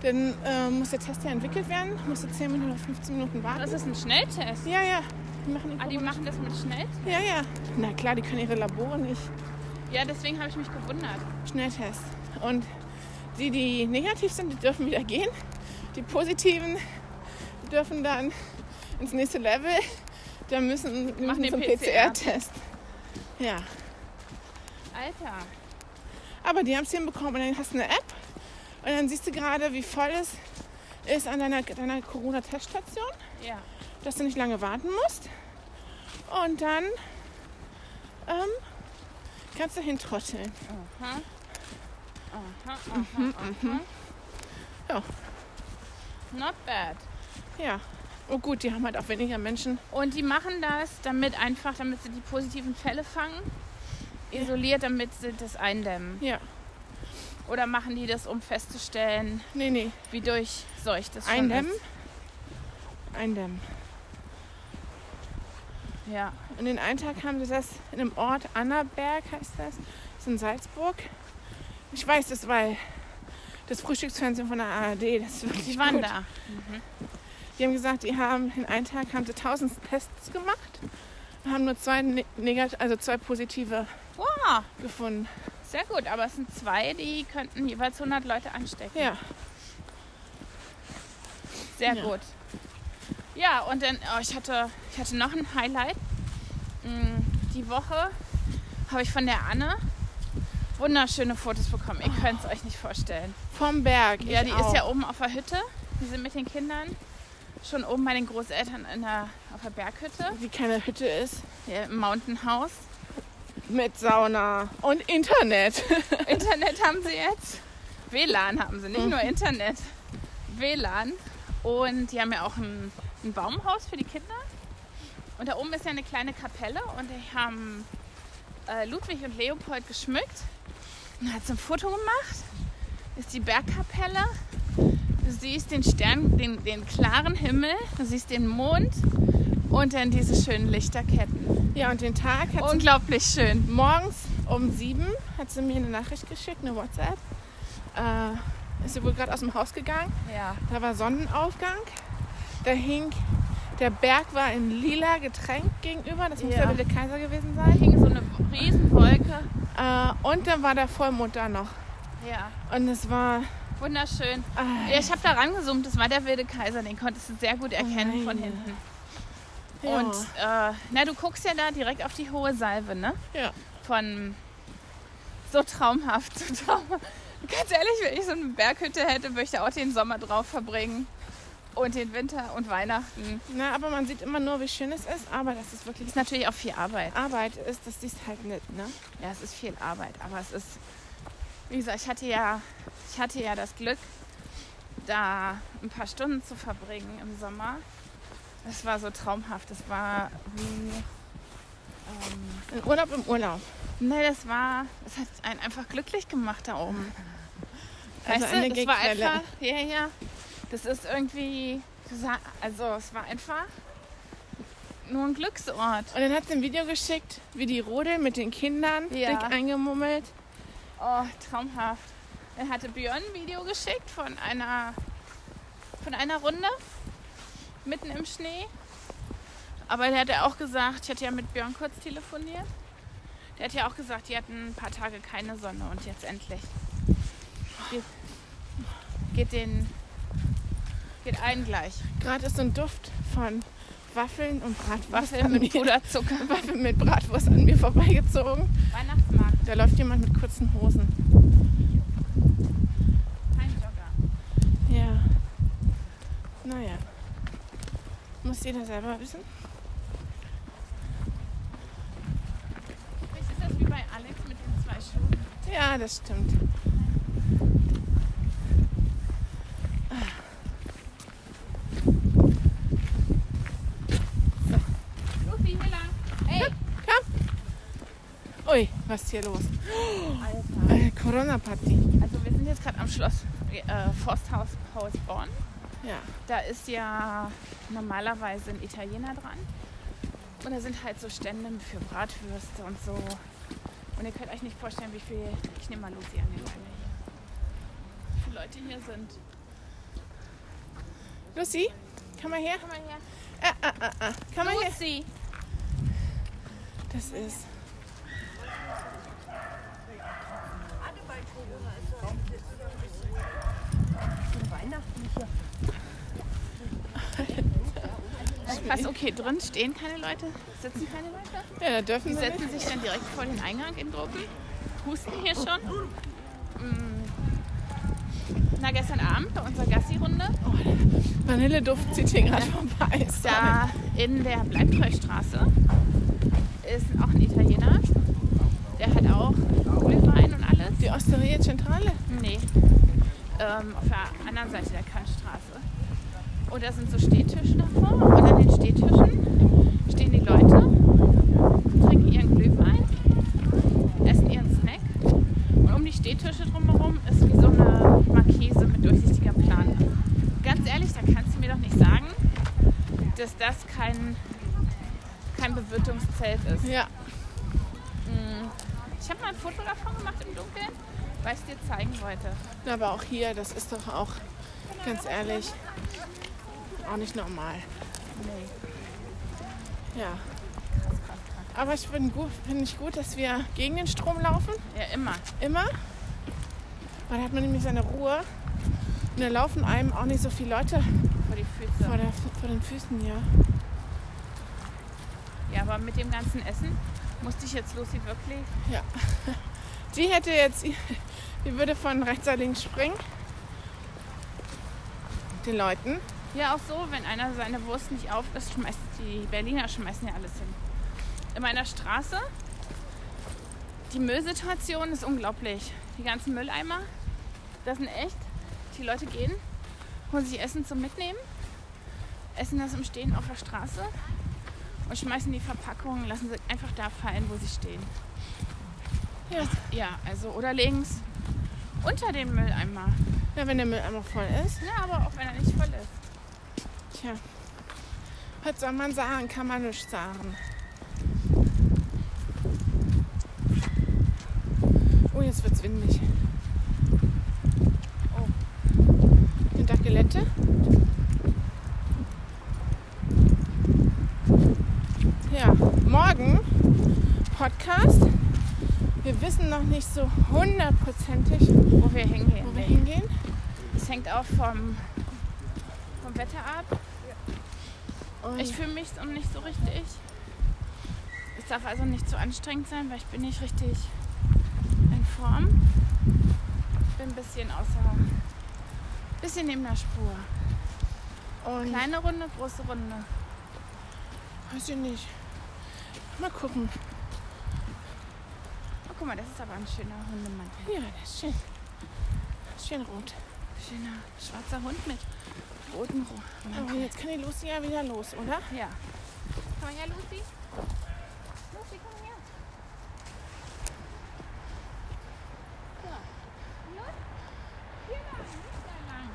S2: dann äh, muss der Test ja entwickelt werden, musste 10 Minuten oder 15 Minuten warten.
S1: Ah, Das ist ein Schnelltest.
S2: ja, ja. Die machen
S1: Also Ah, die machen das mit Schnelltest?
S2: ja, ja. Na klar, die können ihre Labore nicht.
S1: Ja, deswegen habe ich mich gewundert.
S2: Schnelltest. Und die, die negativ sind, die dürfen wieder gehen. Die positiven dürfen dann ins nächste Level. Da müssen, die
S1: Machen
S2: müssen
S1: den
S2: zum
S1: PCR.
S2: PCR-Test. Ja.
S1: Alter.
S2: Aber die haben es hinbekommen. Und dann hast du eine App. Und dann siehst du gerade, wie voll es ist an deiner, deiner Corona-Teststation,
S1: Ja.
S2: dass du nicht lange warten musst. Und dann ähm, kannst du hintrotteln.
S1: Aha. Aha, aha, aha.
S2: Ja.
S1: Not bad.
S2: Ja. Oh gut, die haben halt auch weniger Menschen.
S1: Und die machen das, damit einfach, damit sie die positiven Fälle fangen, isoliert, damit sie das eindämmen.
S2: Ja.
S1: Oder machen die das, um festzustellen,
S2: Nee, nee.
S1: wie durchseucht das schon
S2: Eindämmen.
S1: ist?
S2: Eindämmen.
S1: Ja.
S2: Und den einen Tag haben sie das in einem Ort, Annaberg heißt das, ist in Salzburg. Ich weiß das, weil das Frühstücksfernsehen von der ARD, das ist wirklich
S1: Die waren
S2: gut.
S1: da.
S2: Die haben gesagt, die haben in einem Tag haben sie 1000 Tests gemacht und haben nur zwei ne- negat also zwei positive
S1: Wow,
S2: gefunden.
S1: sehr gut. Aber es sind zwei, die könnten jeweils 100 Leute anstecken.
S2: Ja,
S1: Sehr
S2: Ja.
S1: gut. Ja, und dann, oh, ich, hatte, ich hatte noch ein Highlight. Mm, Die Woche habe ich von der Anne wunderschöne Fotos bekommen.
S2: Oh.
S1: Ihr könnt es euch nicht vorstellen.
S2: vom Berg.
S1: ja,
S2: ich
S1: die
S2: auch.
S1: ist ja oben auf der Hütte. Die sind mit den Kindern schon oben bei den Großeltern in der, auf der Berghütte,
S2: Wie keine Hütte ist.
S1: hier im Mountain House.
S2: Mit Sauna und Internet.
S1: Internet haben sie jetzt. WLAN haben sie, nicht nur Internet. WLAN. Und die haben ja auch ein, ein Baumhaus für die Kinder. Und da oben ist ja eine kleine Kapelle und die haben äh, Ludwig und Leopold geschmückt. Und hat so ein Foto gemacht. Ist die Bergkapelle. Du siehst den Stern, den, den klaren Himmel, du siehst den Mond und dann diese schönen Lichterketten.
S2: Ja, und den Tag hat sie
S1: Unglaublich schön.
S2: Morgens um sieben hat sie mir eine Nachricht geschickt, eine WhatsApp. Äh, ist sie wohl gerade aus dem Haus gegangen.
S1: Ja.
S2: Da war Sonnenaufgang. Da hing, der Berg war in lila getränkt gegenüber. Das muss
S1: Ja.
S2: der Wilde Kaiser gewesen sein.
S1: Hing so eine Riesenwolke.
S2: Äh, und dann war der Vollmond da noch.
S1: Ja.
S2: Und es war,
S1: Wunderschön.
S2: Ah.
S1: Ja, ich habe da rangezoomt, das war der wilde Kaiser, den konntest du sehr gut erkennen
S2: Oh
S1: von
S2: nein.
S1: hinten.
S2: Ja.
S1: Und äh, na, du guckst ja da direkt auf die hohe Salve, ne?
S2: Ja.
S1: Von so traumhaft, so traumhaft. Ganz ehrlich, wenn ich so eine Berghütte hätte, würde ich da auch den Sommer drauf verbringen. Und den Winter und Weihnachten.
S2: na, ne, aber man sieht immer nur, wie schön es ist. Aber dass es wirklich
S1: Ist natürlich auch viel Arbeit.
S2: Arbeit ist, das siehst halt nicht, ne?
S1: Ja, es ist viel Arbeit, aber es ist, wie gesagt, ich hatte ja, ich hatte ja das Glück, da ein paar Stunden zu verbringen im Sommer. Das war so traumhaft. Das war wie, ähm,
S2: Ein Urlaub im Urlaub.
S1: nee, das war, das hat einen einfach glücklich gemacht da oben.
S2: Also
S1: weißt
S2: eine
S1: du, das war
S2: Gehquelle.
S1: einfach, ja, ja. Das ist irgendwie, du sa- also es war einfach nur ein Glücksort.
S2: Und dann hat sie ein Video geschickt, wie die Rodel mit den Kindern
S1: Ja.
S2: dick eingemummelt.
S1: Oh, traumhaft. Er hatte Björn ein Video geschickt von einer, von einer Runde. mitten im Schnee. Aber der hat ja auch gesagt, ich hatte ja mit Björn kurz telefoniert. Der hat ja auch gesagt, die hatten ein paar Tage keine Sonne und jetzt endlich. Geht, geht den. Geht allen gleich.
S2: Gerade ist so ein Duft von Waffeln und Bratwurst.
S1: Waffeln
S2: an
S1: mit
S2: mir-
S1: Puderzucker.
S2: Waffeln mit Bratwurst an mir vorbeigezogen.
S1: Weihnachtsmarkt,
S2: Da läuft jemand mit kurzen Hosen.
S1: kein Jogger.
S2: Ja. Naja. Muss jeder selber wissen.
S1: Vielleicht ist das wie bei Alex mit den zwei Schuhen.
S2: Ja, das stimmt. Ah.
S1: Lucy, hier lang. Ey,
S2: Ui, was ist hier los?
S1: Alter.
S2: Äh, Corona-Party.
S1: Also wir sind jetzt gerade am Schloss äh, Forsthaus Haus Born.
S2: Ja.
S1: Da ist ja normalerweise ein Italiener dran. Und da sind halt so Stände für Bratwürste und so. Und ihr könnt euch nicht vorstellen, wie viel, ich nehme mal Lucy an den Beinen hier, wie viele Leute hier sind.
S2: Lucy, komm mal her.
S1: Komm mal her.
S2: Ah, ah, ah, ah. Komm mal her.
S1: Lucy.
S2: Das ist.
S1: Das ist fast okay. Drin stehen keine Leute, sitzen keine Leute.
S2: Ja, da dürfen
S1: Die
S2: sie nicht.
S1: setzen sich dann direkt vor den Eingang in Gruppen, husten hier schon. Mm. Na, gestern Abend bei unserer Gassi-Runde,
S2: Vanilleduft zieht hier gerade vorbei. Sorry.
S1: da in der Bleibtreustraße, ist auch ein Italiener. Der hat auch Glühwein und alles.
S2: Die Osteria Centrale.
S1: Nee, ähm, auf der anderen Seite der Kantstraße. Und da sind so Stehtische davor. Und an den Stehtischen stehen die Leute, trinken ihren Glühwein, essen ihren Snack. Und um die Stehtische drumherum ist wie so eine Markise mit durchsichtiger Plane. Ganz ehrlich, da kannst du mir doch nicht sagen, dass das kein, kein Bewirtungszelt ist.
S2: Ja.
S1: Ich habe mal ein Foto davon gemacht im Dunkeln, weil ich es dir zeigen wollte.
S2: Aber auch hier, das ist doch auch, ganz ehrlich, auch nicht normal.
S1: Nee.
S2: Ja. Aber ich finde gut, find ich gut, dass wir gegen den Strom laufen.
S1: Ja, immer.
S2: Immer. Weil da hat man nämlich seine Ruhe. Und da laufen einem auch nicht so viele Leute
S1: Vor die Füße.
S2: vor, der, vor den Füßen, ja.
S1: Ja, aber mit dem ganzen Essen musste ich jetzt Lucy wirklich.
S2: Die hätte jetzt, die würde von rechts nach links springen. Den Leuten.
S1: Ja, auch so, wenn einer seine Wurst nicht aufisst, schmeißt die Berliner schmeißen ja alles hin. In meiner Straße, die Müllsituation ist unglaublich. Die ganzen Mülleimer, das sind echt, die Leute gehen, holen sich Essen zum Mitnehmen, essen das im Stehen auf der Straße und schmeißen die Verpackungen, lassen sie einfach da fallen, wo sie stehen.
S2: Ja.
S1: Ja, also oder links unter dem Mülleimer.
S2: ja, wenn der Müll einmal voll ist.
S1: Ja, aber auch wenn er nicht voll ist.
S2: Tja. Was soll man sagen? Kann man nicht sagen. Oh, jetzt wird's windig.
S1: Oh.
S2: Eine Dackelette. Ja, morgen Podcast. Wir wissen noch nicht so hundertprozentig,
S1: Wo wir hingehen.
S2: wo wir hingehen.
S1: Es hängt auch vom, vom Wetter ab.
S2: Und
S1: Ich fühle mich so nicht so richtig. Es darf also nicht zu anstrengend sein, weil ich bin nicht richtig in Form. Ich bin ein bisschen außer, bisschen neben der Spur.
S2: und
S1: Kleine Runde, große Runde.
S2: weiß ich nicht. Mal gucken.
S1: Oh, guck mal, das ist aber ein schöner Hundemann.
S2: Ja, das ist schön. Schön rot.
S1: Schöner schwarzer Hund mit rotem Rohr.
S2: Aber jetzt kann die Lucy ja wieder los, oder?
S1: Ja. Komm her, Lucy. Lucy, komm her. So. Los. Hier lang, nicht da lang.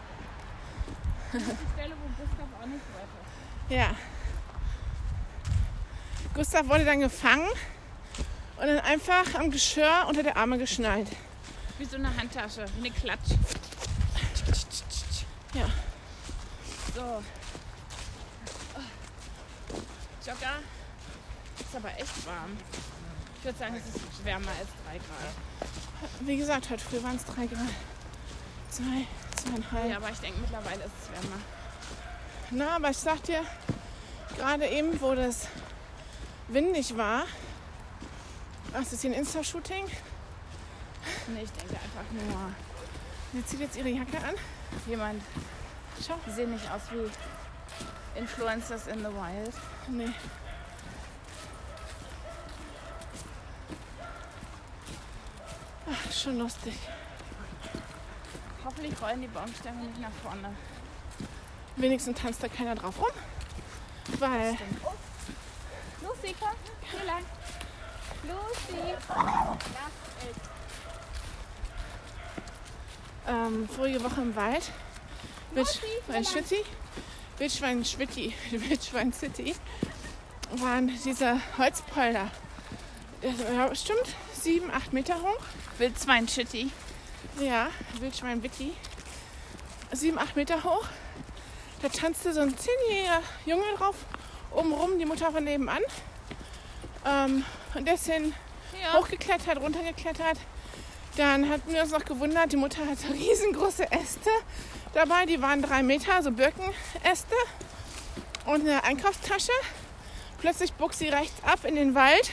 S1: Das ist die Stelle, wo Gustav auch nicht wollte.
S2: Ja. Gustav wurde dann gefangen und dann einfach am Geschirr unter der Arme geschnallt.
S1: Wie so eine Handtasche, wie eine Klatsch.
S2: Ja.
S1: So. Jogger. Ist aber echt warm. Ich würde sagen, es ist wärmer als 3 Grad.
S2: Wie gesagt, heute früh waren es drei Grad. Zwei, zweieinhalb.
S1: Ja, aber ich denke, mittlerweile ist es wärmer.
S2: Na, aber ich sag dir, gerade eben, wo das windig war, ach, ist das hier ein Insta-Shooting?
S1: Nee, ich denke einfach nur,
S2: Sie zieht jetzt ihre Jacke an.
S1: jemand
S2: Schau.
S1: die sehen nicht aus wie Influencers in the Wild.
S2: Nee. Ach, schon lustig.
S1: Hoffentlich rollen die Baumstämme nicht nach vorne.
S2: Wenigstens tanzt da keiner drauf rum.
S1: Äh.
S2: Weil
S1: Oh. Lucy, komm, hier lang. Lucy.
S2: ähm, vorige Woche im Wald, Wildschwein
S1: hier lang.
S2: City, Wildschwein Schwitti, Wildschwein City, waren diese Holzpolder. Ja, stimmt, sieben, acht Meter hoch.
S1: Wildschwein Chitty.
S2: Ja, Wildschwein Vicky. Sieben, acht Meter hoch. Da tanzte so ein zehnjähriger Junge drauf. Oben rum die Mutter von nebenan. Ähm, und der ist hin
S1: Ja.
S2: hochgeklettert, runtergeklettert. Dann hatten wir uns noch gewundert, die Mutter hat so riesengroße Äste dabei. Die waren drei Meter, so Birkenäste. Und eine Einkaufstasche. Plötzlich bog sie rechts ab in den Wald,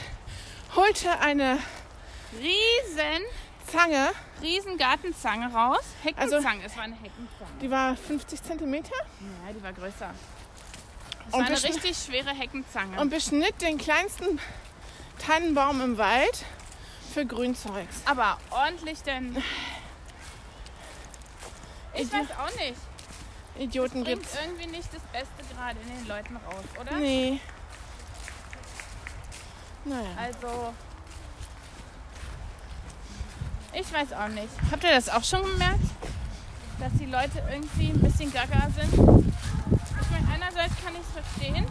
S2: holte eine
S1: Riesen,
S2: Zange,
S1: riesen Gartenzange raus.
S2: Also-
S1: Heckenzange, es war eine Heckenzange.
S2: die war 50 Zentimeter.
S1: Ja, die war größer. Es
S2: Und
S1: war eine
S2: beschn-
S1: richtig schwere Heckenzange.
S2: und beschnitt den kleinsten Tannenbaum im Wald für Grünzeugs.
S1: aber ordentlich denn. Ich weiß auch nicht.
S2: Idioten
S1: Bringt
S2: gibt's.
S1: irgendwie nicht das Beste gerade in den Leuten raus, oder?
S2: Nee. Naja.
S1: Also. Ich weiß auch nicht. Habt ihr das auch schon gemerkt? Dass die Leute irgendwie ein bisschen gaga sind? Ich meine, einerseits kann ich es verstehen,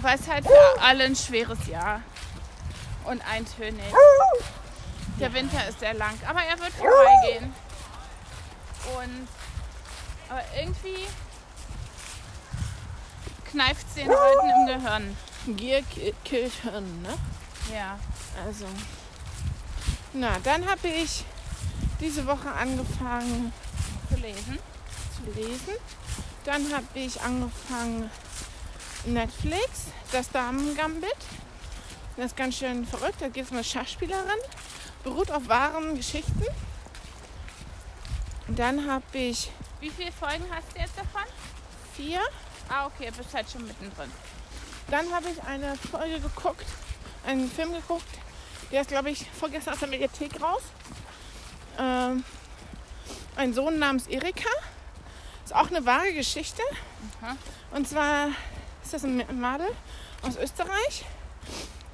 S1: weil es halt für alle ein schweres Jahr und eintönig. Der Winter ist sehr lang, aber er wird vorbeigehen. Und. Aber irgendwie kneift es den Leuten im Gehirn.
S2: Gier ki- killt Hirn, ne?
S1: Ja.
S2: Also. Na, dann habe ich diese Woche angefangen
S1: zu lesen.
S2: zu lesen. Dann habe ich angefangen Netflix, das Damen-Gambit. Das ist ganz schön verrückt. Da geht es um eine Schachspielerin, beruht auf wahren Geschichten. Und dann habe ich
S1: Wie viele Folgen hast du jetzt davon?
S2: vier.
S1: Ah, okay, bist halt schon mittendrin.
S2: Dann habe ich eine Folge geguckt, einen Film geguckt. Der ist, glaube ich, vorgestern aus der Mediathek raus. Ähm, ein Sohn namens Erika. Ist auch eine wahre Geschichte.
S1: Aha.
S2: Und zwar ist das ein Madel aus Österreich,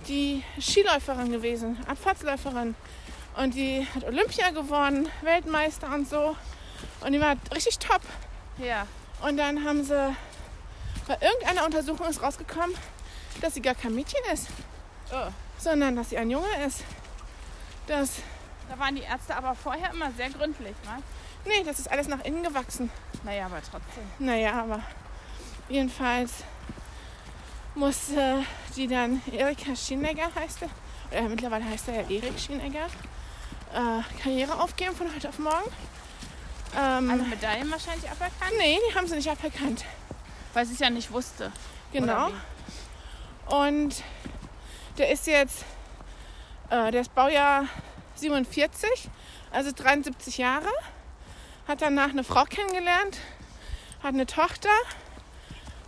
S2: die Skiläuferin gewesen, Abfahrtsläuferin. Und die hat Olympia gewonnen, Weltmeister und so. Und die war richtig top.
S1: Ja.
S2: Und dann haben sie bei irgendeiner Untersuchung ist rausgekommen, dass sie gar kein Mädchen ist,
S1: Oh.
S2: sondern dass sie ein Junge ist. Das,
S1: Da waren die Ärzte aber vorher immer sehr gründlich, ne?
S2: nee, das ist alles nach innen gewachsen.
S1: Naja, aber trotzdem.
S2: Naja, aber jedenfalls musste die dann Erika Schienegger heißt er, oder mittlerweile heißt er ja Erik Schienegger, äh, Karriere aufgeben von heute auf morgen. Ähm, ah,
S1: Alle Medaillen Also wahrscheinlich aberkannt,
S2: nee, die haben sie nicht aberkannt.
S1: weil sie es ja nicht wusste.
S2: Genau.
S1: Oder
S2: Und der ist jetzt, äh, der ist Baujahr 47, also 73 Jahre. Hat danach eine Frau kennengelernt, hat eine Tochter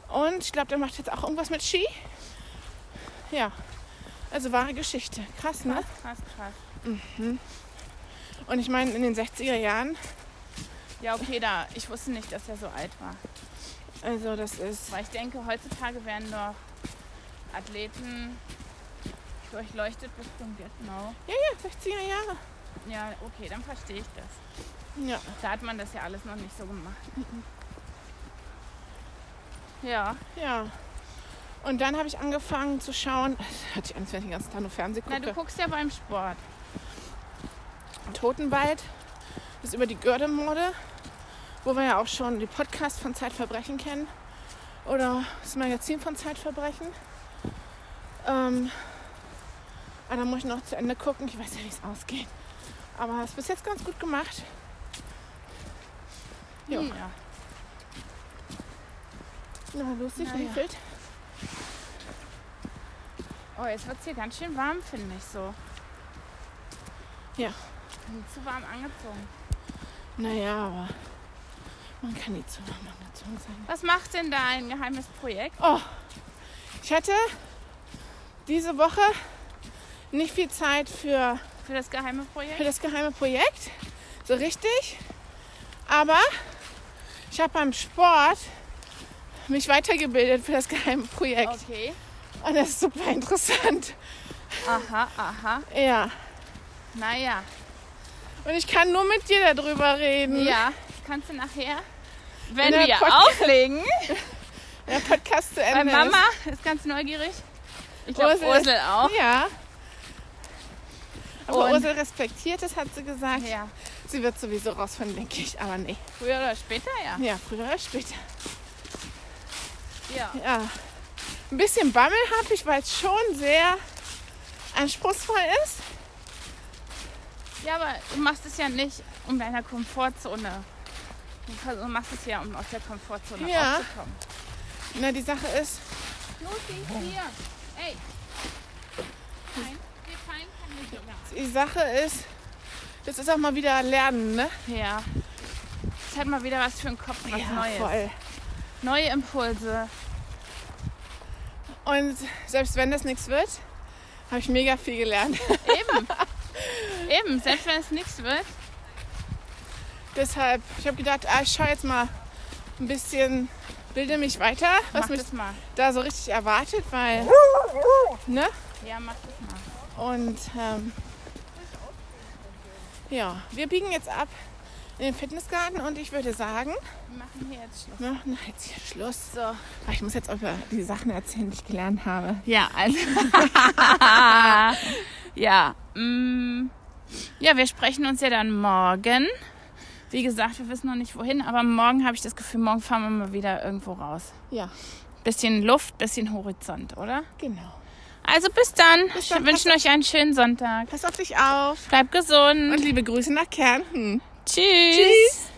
S2: und ich glaube, der macht jetzt auch irgendwas mit Ski. Ja, also wahre Geschichte. Krass, ne?
S1: Krass, krass, krass.
S2: Und ich meine, in den 60er Jahren,
S1: Ja, okay, da. Ich wusste nicht, dass er so alt war.
S2: also das ist,
S1: Weil ich denke, heutzutage werden doch Athleten durchleuchtet bis zum Get Now.
S2: ja, ja, 60er Jahre.
S1: Ja, okay, dann verstehe ich das.
S2: Ja,
S1: Da hat man das ja alles noch nicht so gemacht. Ja,
S2: ja. Und dann habe ich angefangen zu schauen, hatte ich an, als wenn ich den ganzen Tag nur Fernsehen
S1: na
S2: gucke.
S1: du guckst ja beim Sport.
S2: Totenwald, das ist über die Gördemorde, wo wir ja auch schon die Podcasts von Zeitverbrechen kennen. oder das Magazin von Zeitverbrechen. Ähm, aber da muss ich noch zu Ende gucken. Ich weiß ja, wie es ausgeht. Aber es ist bis jetzt ganz gut gemacht. Jo.
S1: Ja.
S2: Na, lustig,
S1: Na
S2: wie
S1: ja.
S2: wild.
S1: Oh, jetzt wird es hier ganz schön warm, finde ich so.
S2: Ja.
S1: Bin Zu warm angezogen.
S2: Naja, aber man kann nie zu warm angezogen sein. Oh,
S1: Was macht denn da ein geheimes Projekt?
S2: Ich hatte diese Woche nicht viel Zeit für
S1: Für das geheime Projekt?
S2: für das geheime Projekt. So richtig. Aber ich habe beim Sport mich weitergebildet für das geheime Projekt.
S1: Okay.
S2: Und das ist super interessant.
S1: Aha, aha.
S2: Ja.
S1: Naja.
S2: Und ich kann nur mit dir darüber reden.
S1: Ja. Kannst du nachher, wenn
S2: Hm? der
S1: wir
S2: Podcast-
S1: auflegen,
S2: Der Podcast zu
S1: weil
S2: Ende.
S1: Mama ist ganz neugierig. Ich glaube,
S2: Ursel.
S1: Ursel. auch.
S2: Ist. Ja. Aber
S1: Und-
S2: Ursel respektiert es, hat sie gesagt.
S1: Ja.
S2: Sie wird sowieso rausfinden, denke ich. Aber nee.
S1: Früher oder später, ja.
S2: Ja, früher oder später.
S1: Ja.
S2: Ja. Ein bisschen Bammel habe ich, weil es schon sehr anspruchsvoll ist.
S1: Ja, aber du machst es ja nicht um deiner Komfortzone. Du vers- Du machst es ja, um aus der Komfortzone
S2: Ja.
S1: rauszukommen.
S2: Na, die Sache ist,
S1: Lucy, hier. Ey. Nein, wir fallen um kann nicht immer.
S2: die Sache ist, das ist auch mal wieder Lernen, ne?
S1: Ja. Es hat mal wieder was für den Kopf, was Neues.
S2: voll.
S1: Neue Impulse.
S2: Und selbst wenn das nichts wird, habe ich mega viel gelernt.
S1: Eben. Eben, selbst wenn es nichts wird.
S2: Deshalb, ich habe gedacht, ah, ich schaue jetzt mal ein bisschen, bilde mich weiter, was
S1: Mach
S2: mich
S1: das mal.
S2: da so richtig erwartet, weil, ne?
S1: Ja, mach das mal.
S2: Und ähm, ja, wir biegen jetzt ab in den Fitnessgarten und ich würde sagen,
S1: Wir machen hier jetzt Schluss.
S2: ne, na, jetzt hier Schluss.
S1: So.
S2: Ah, Ich muss jetzt auch über die Sachen erzählen, die ich gelernt habe.
S1: Ja, also. ja. Mm, ja, wir sprechen uns ja dann morgen. Wie gesagt, wir wissen noch nicht wohin, aber morgen habe ich das Gefühl, morgen fahren wir mal wieder irgendwo raus.
S2: Ja,
S1: Bisschen Luft, bisschen Horizont, oder?
S2: genau.
S1: Also bis dann.
S2: Bis dann,
S1: Wir wünschen euch einen schönen Sonntag.
S2: Pass auf dich auf.
S1: Bleibt gesund.
S2: Und liebe Grüße nach Kärnten.
S1: Tschüss.